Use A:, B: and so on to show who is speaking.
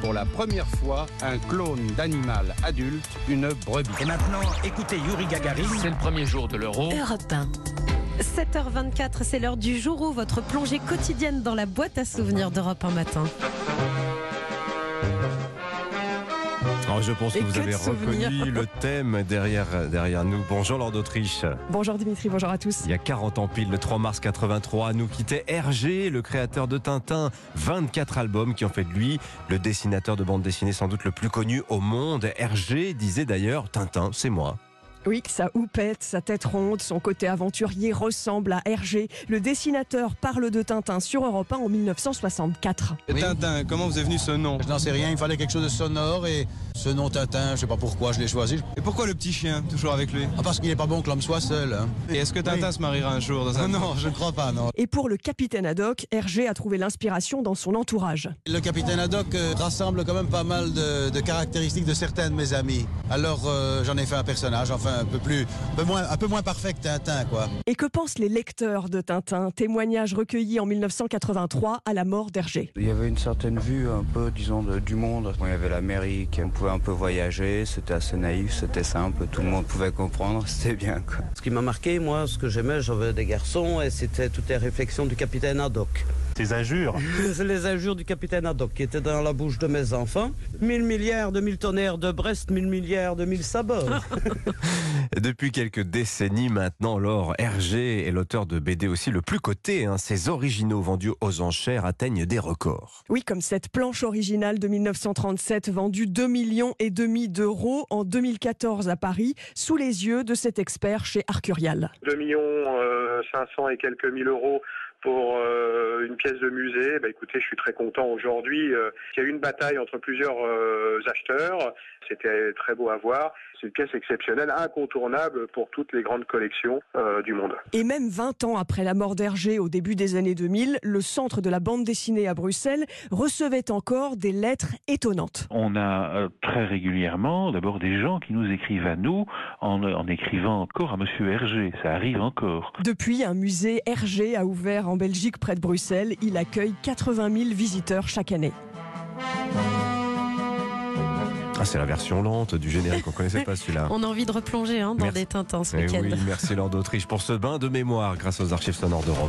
A: pour la première fois un clone d'animal adulte, une brebis.
B: Et maintenant, écoutez Yuri Gagarin.
C: C'est le premier jour de l'euro.
D: Europe 1. 7h24, c'est l'heure du jour où votre plongée quotidienne dans la boîte à souvenirs d'Europe 1 matin.
E: Alors, je pense
F: Et
E: que vous
F: que de
E: avez reconnu
F: souvenirs.
E: le thème derrière, derrière nous. Bonjour, Lord d'Autriche.
F: Bonjour Dimitri, bonjour à tous.
E: Il y a 40 ans pile, le 3 mars 83, nous quittait Hergé, le créateur de Tintin. 24 albums qui ont fait de lui le dessinateur de bande dessinée sans doute le plus connu au monde. Hergé disait d'ailleurs Tintin, c'est moi.
F: Oui, que sa houppette, sa tête ronde, son côté aventurier ressemble à Hergé. Le dessinateur parle de Tintin sur Europe 1 en 1964.
G: Tintin, comment vous est venu ce nom
H: Je n'en sais rien, il me fallait quelque chose de sonore et ce nom Tintin, je sais pas pourquoi je l'ai choisi.
G: Et pourquoi le petit chien, toujours avec lui
H: Ah, parce qu'il est pas bon que l'homme soit seul. hein. Ah
G: Et est-ce que Tintin se mariera un jour dans un...
H: Non, je ne crois pas, non.
F: Et pour le capitaine Haddock, Hergé a trouvé l'inspiration dans son entourage.
H: Le capitaine Haddock euh, rassemble quand même pas mal de, de caractéristiques de certains de mes amis. Alors euh, j'en ai fait un personnage, enfin un peu plus, un peu moins, un peu moins parfait que Tintin, quoi.
F: Et que pensent les lecteurs de Tintin Témoignage recueilli en 1983 à la mort d'Hergé.
I: Il y avait une certaine vue un peu, disons, de- du monde. Bon, il y avait l'Amérique, on pouvait un peu voyager, c'était assez naïf, c'était simple, tout le monde pouvait comprendre, c'était bien quoi.
J: Ce qui m'a marqué, moi, ce que j'aimais, j'avais des garçons et c'était toutes les réflexions du capitaine Haddock.
K: Ces injures.
J: C'est les injures du capitaine Haddock qui étaient dans la bouche de mes enfants. Mille milliards de mille tonnerres de Brest, mille milliards de mille sabords.
E: Depuis quelques décennies maintenant, Laure Hergé est l'auteur de BD aussi le plus coté. hein. Ses originaux vendus aux enchères atteignent des records.
F: Oui, comme cette planche originale de 1937 vendue 2 millions et demi d'euros en 2014 à Paris, sous les yeux de cet expert chez Arcurial.
K: 2 millions euh, 500 et quelques mille euros pour euh, une pièce de musée. Bah, écoutez, je suis très content aujourd'hui. euh, il y a eu une bataille entre plusieurs euh, acheteurs. C'était très beau à voir. C'est une pièce exceptionnelle, incontournable pour toutes les grandes collections euh, du monde.
F: Et même 20 ans après la mort d'Hergé au début des années 2000, le centre de la bande dessinée à Bruxelles recevait encore des lettres étonnantes.
L: On a euh, très régulièrement d'abord des gens qui nous écrivent à nous en, en écrivant encore à Monsieur Hergé. Ça arrive encore.
F: Depuis, un musée Hergé a ouvert en Belgique près de Bruxelles. Il accueille 80 000 visiteurs chaque année.
E: Ah, c'est la version lente du générique, on connaissait pas celui-là.
D: On a envie de replonger hein, dans
E: Merci.
D: des Tintins ce
E: Eh
D: week-end.
E: oui, merci Laure d'Autriche pour ce bain de mémoire grâce aux archives sonores d'Europe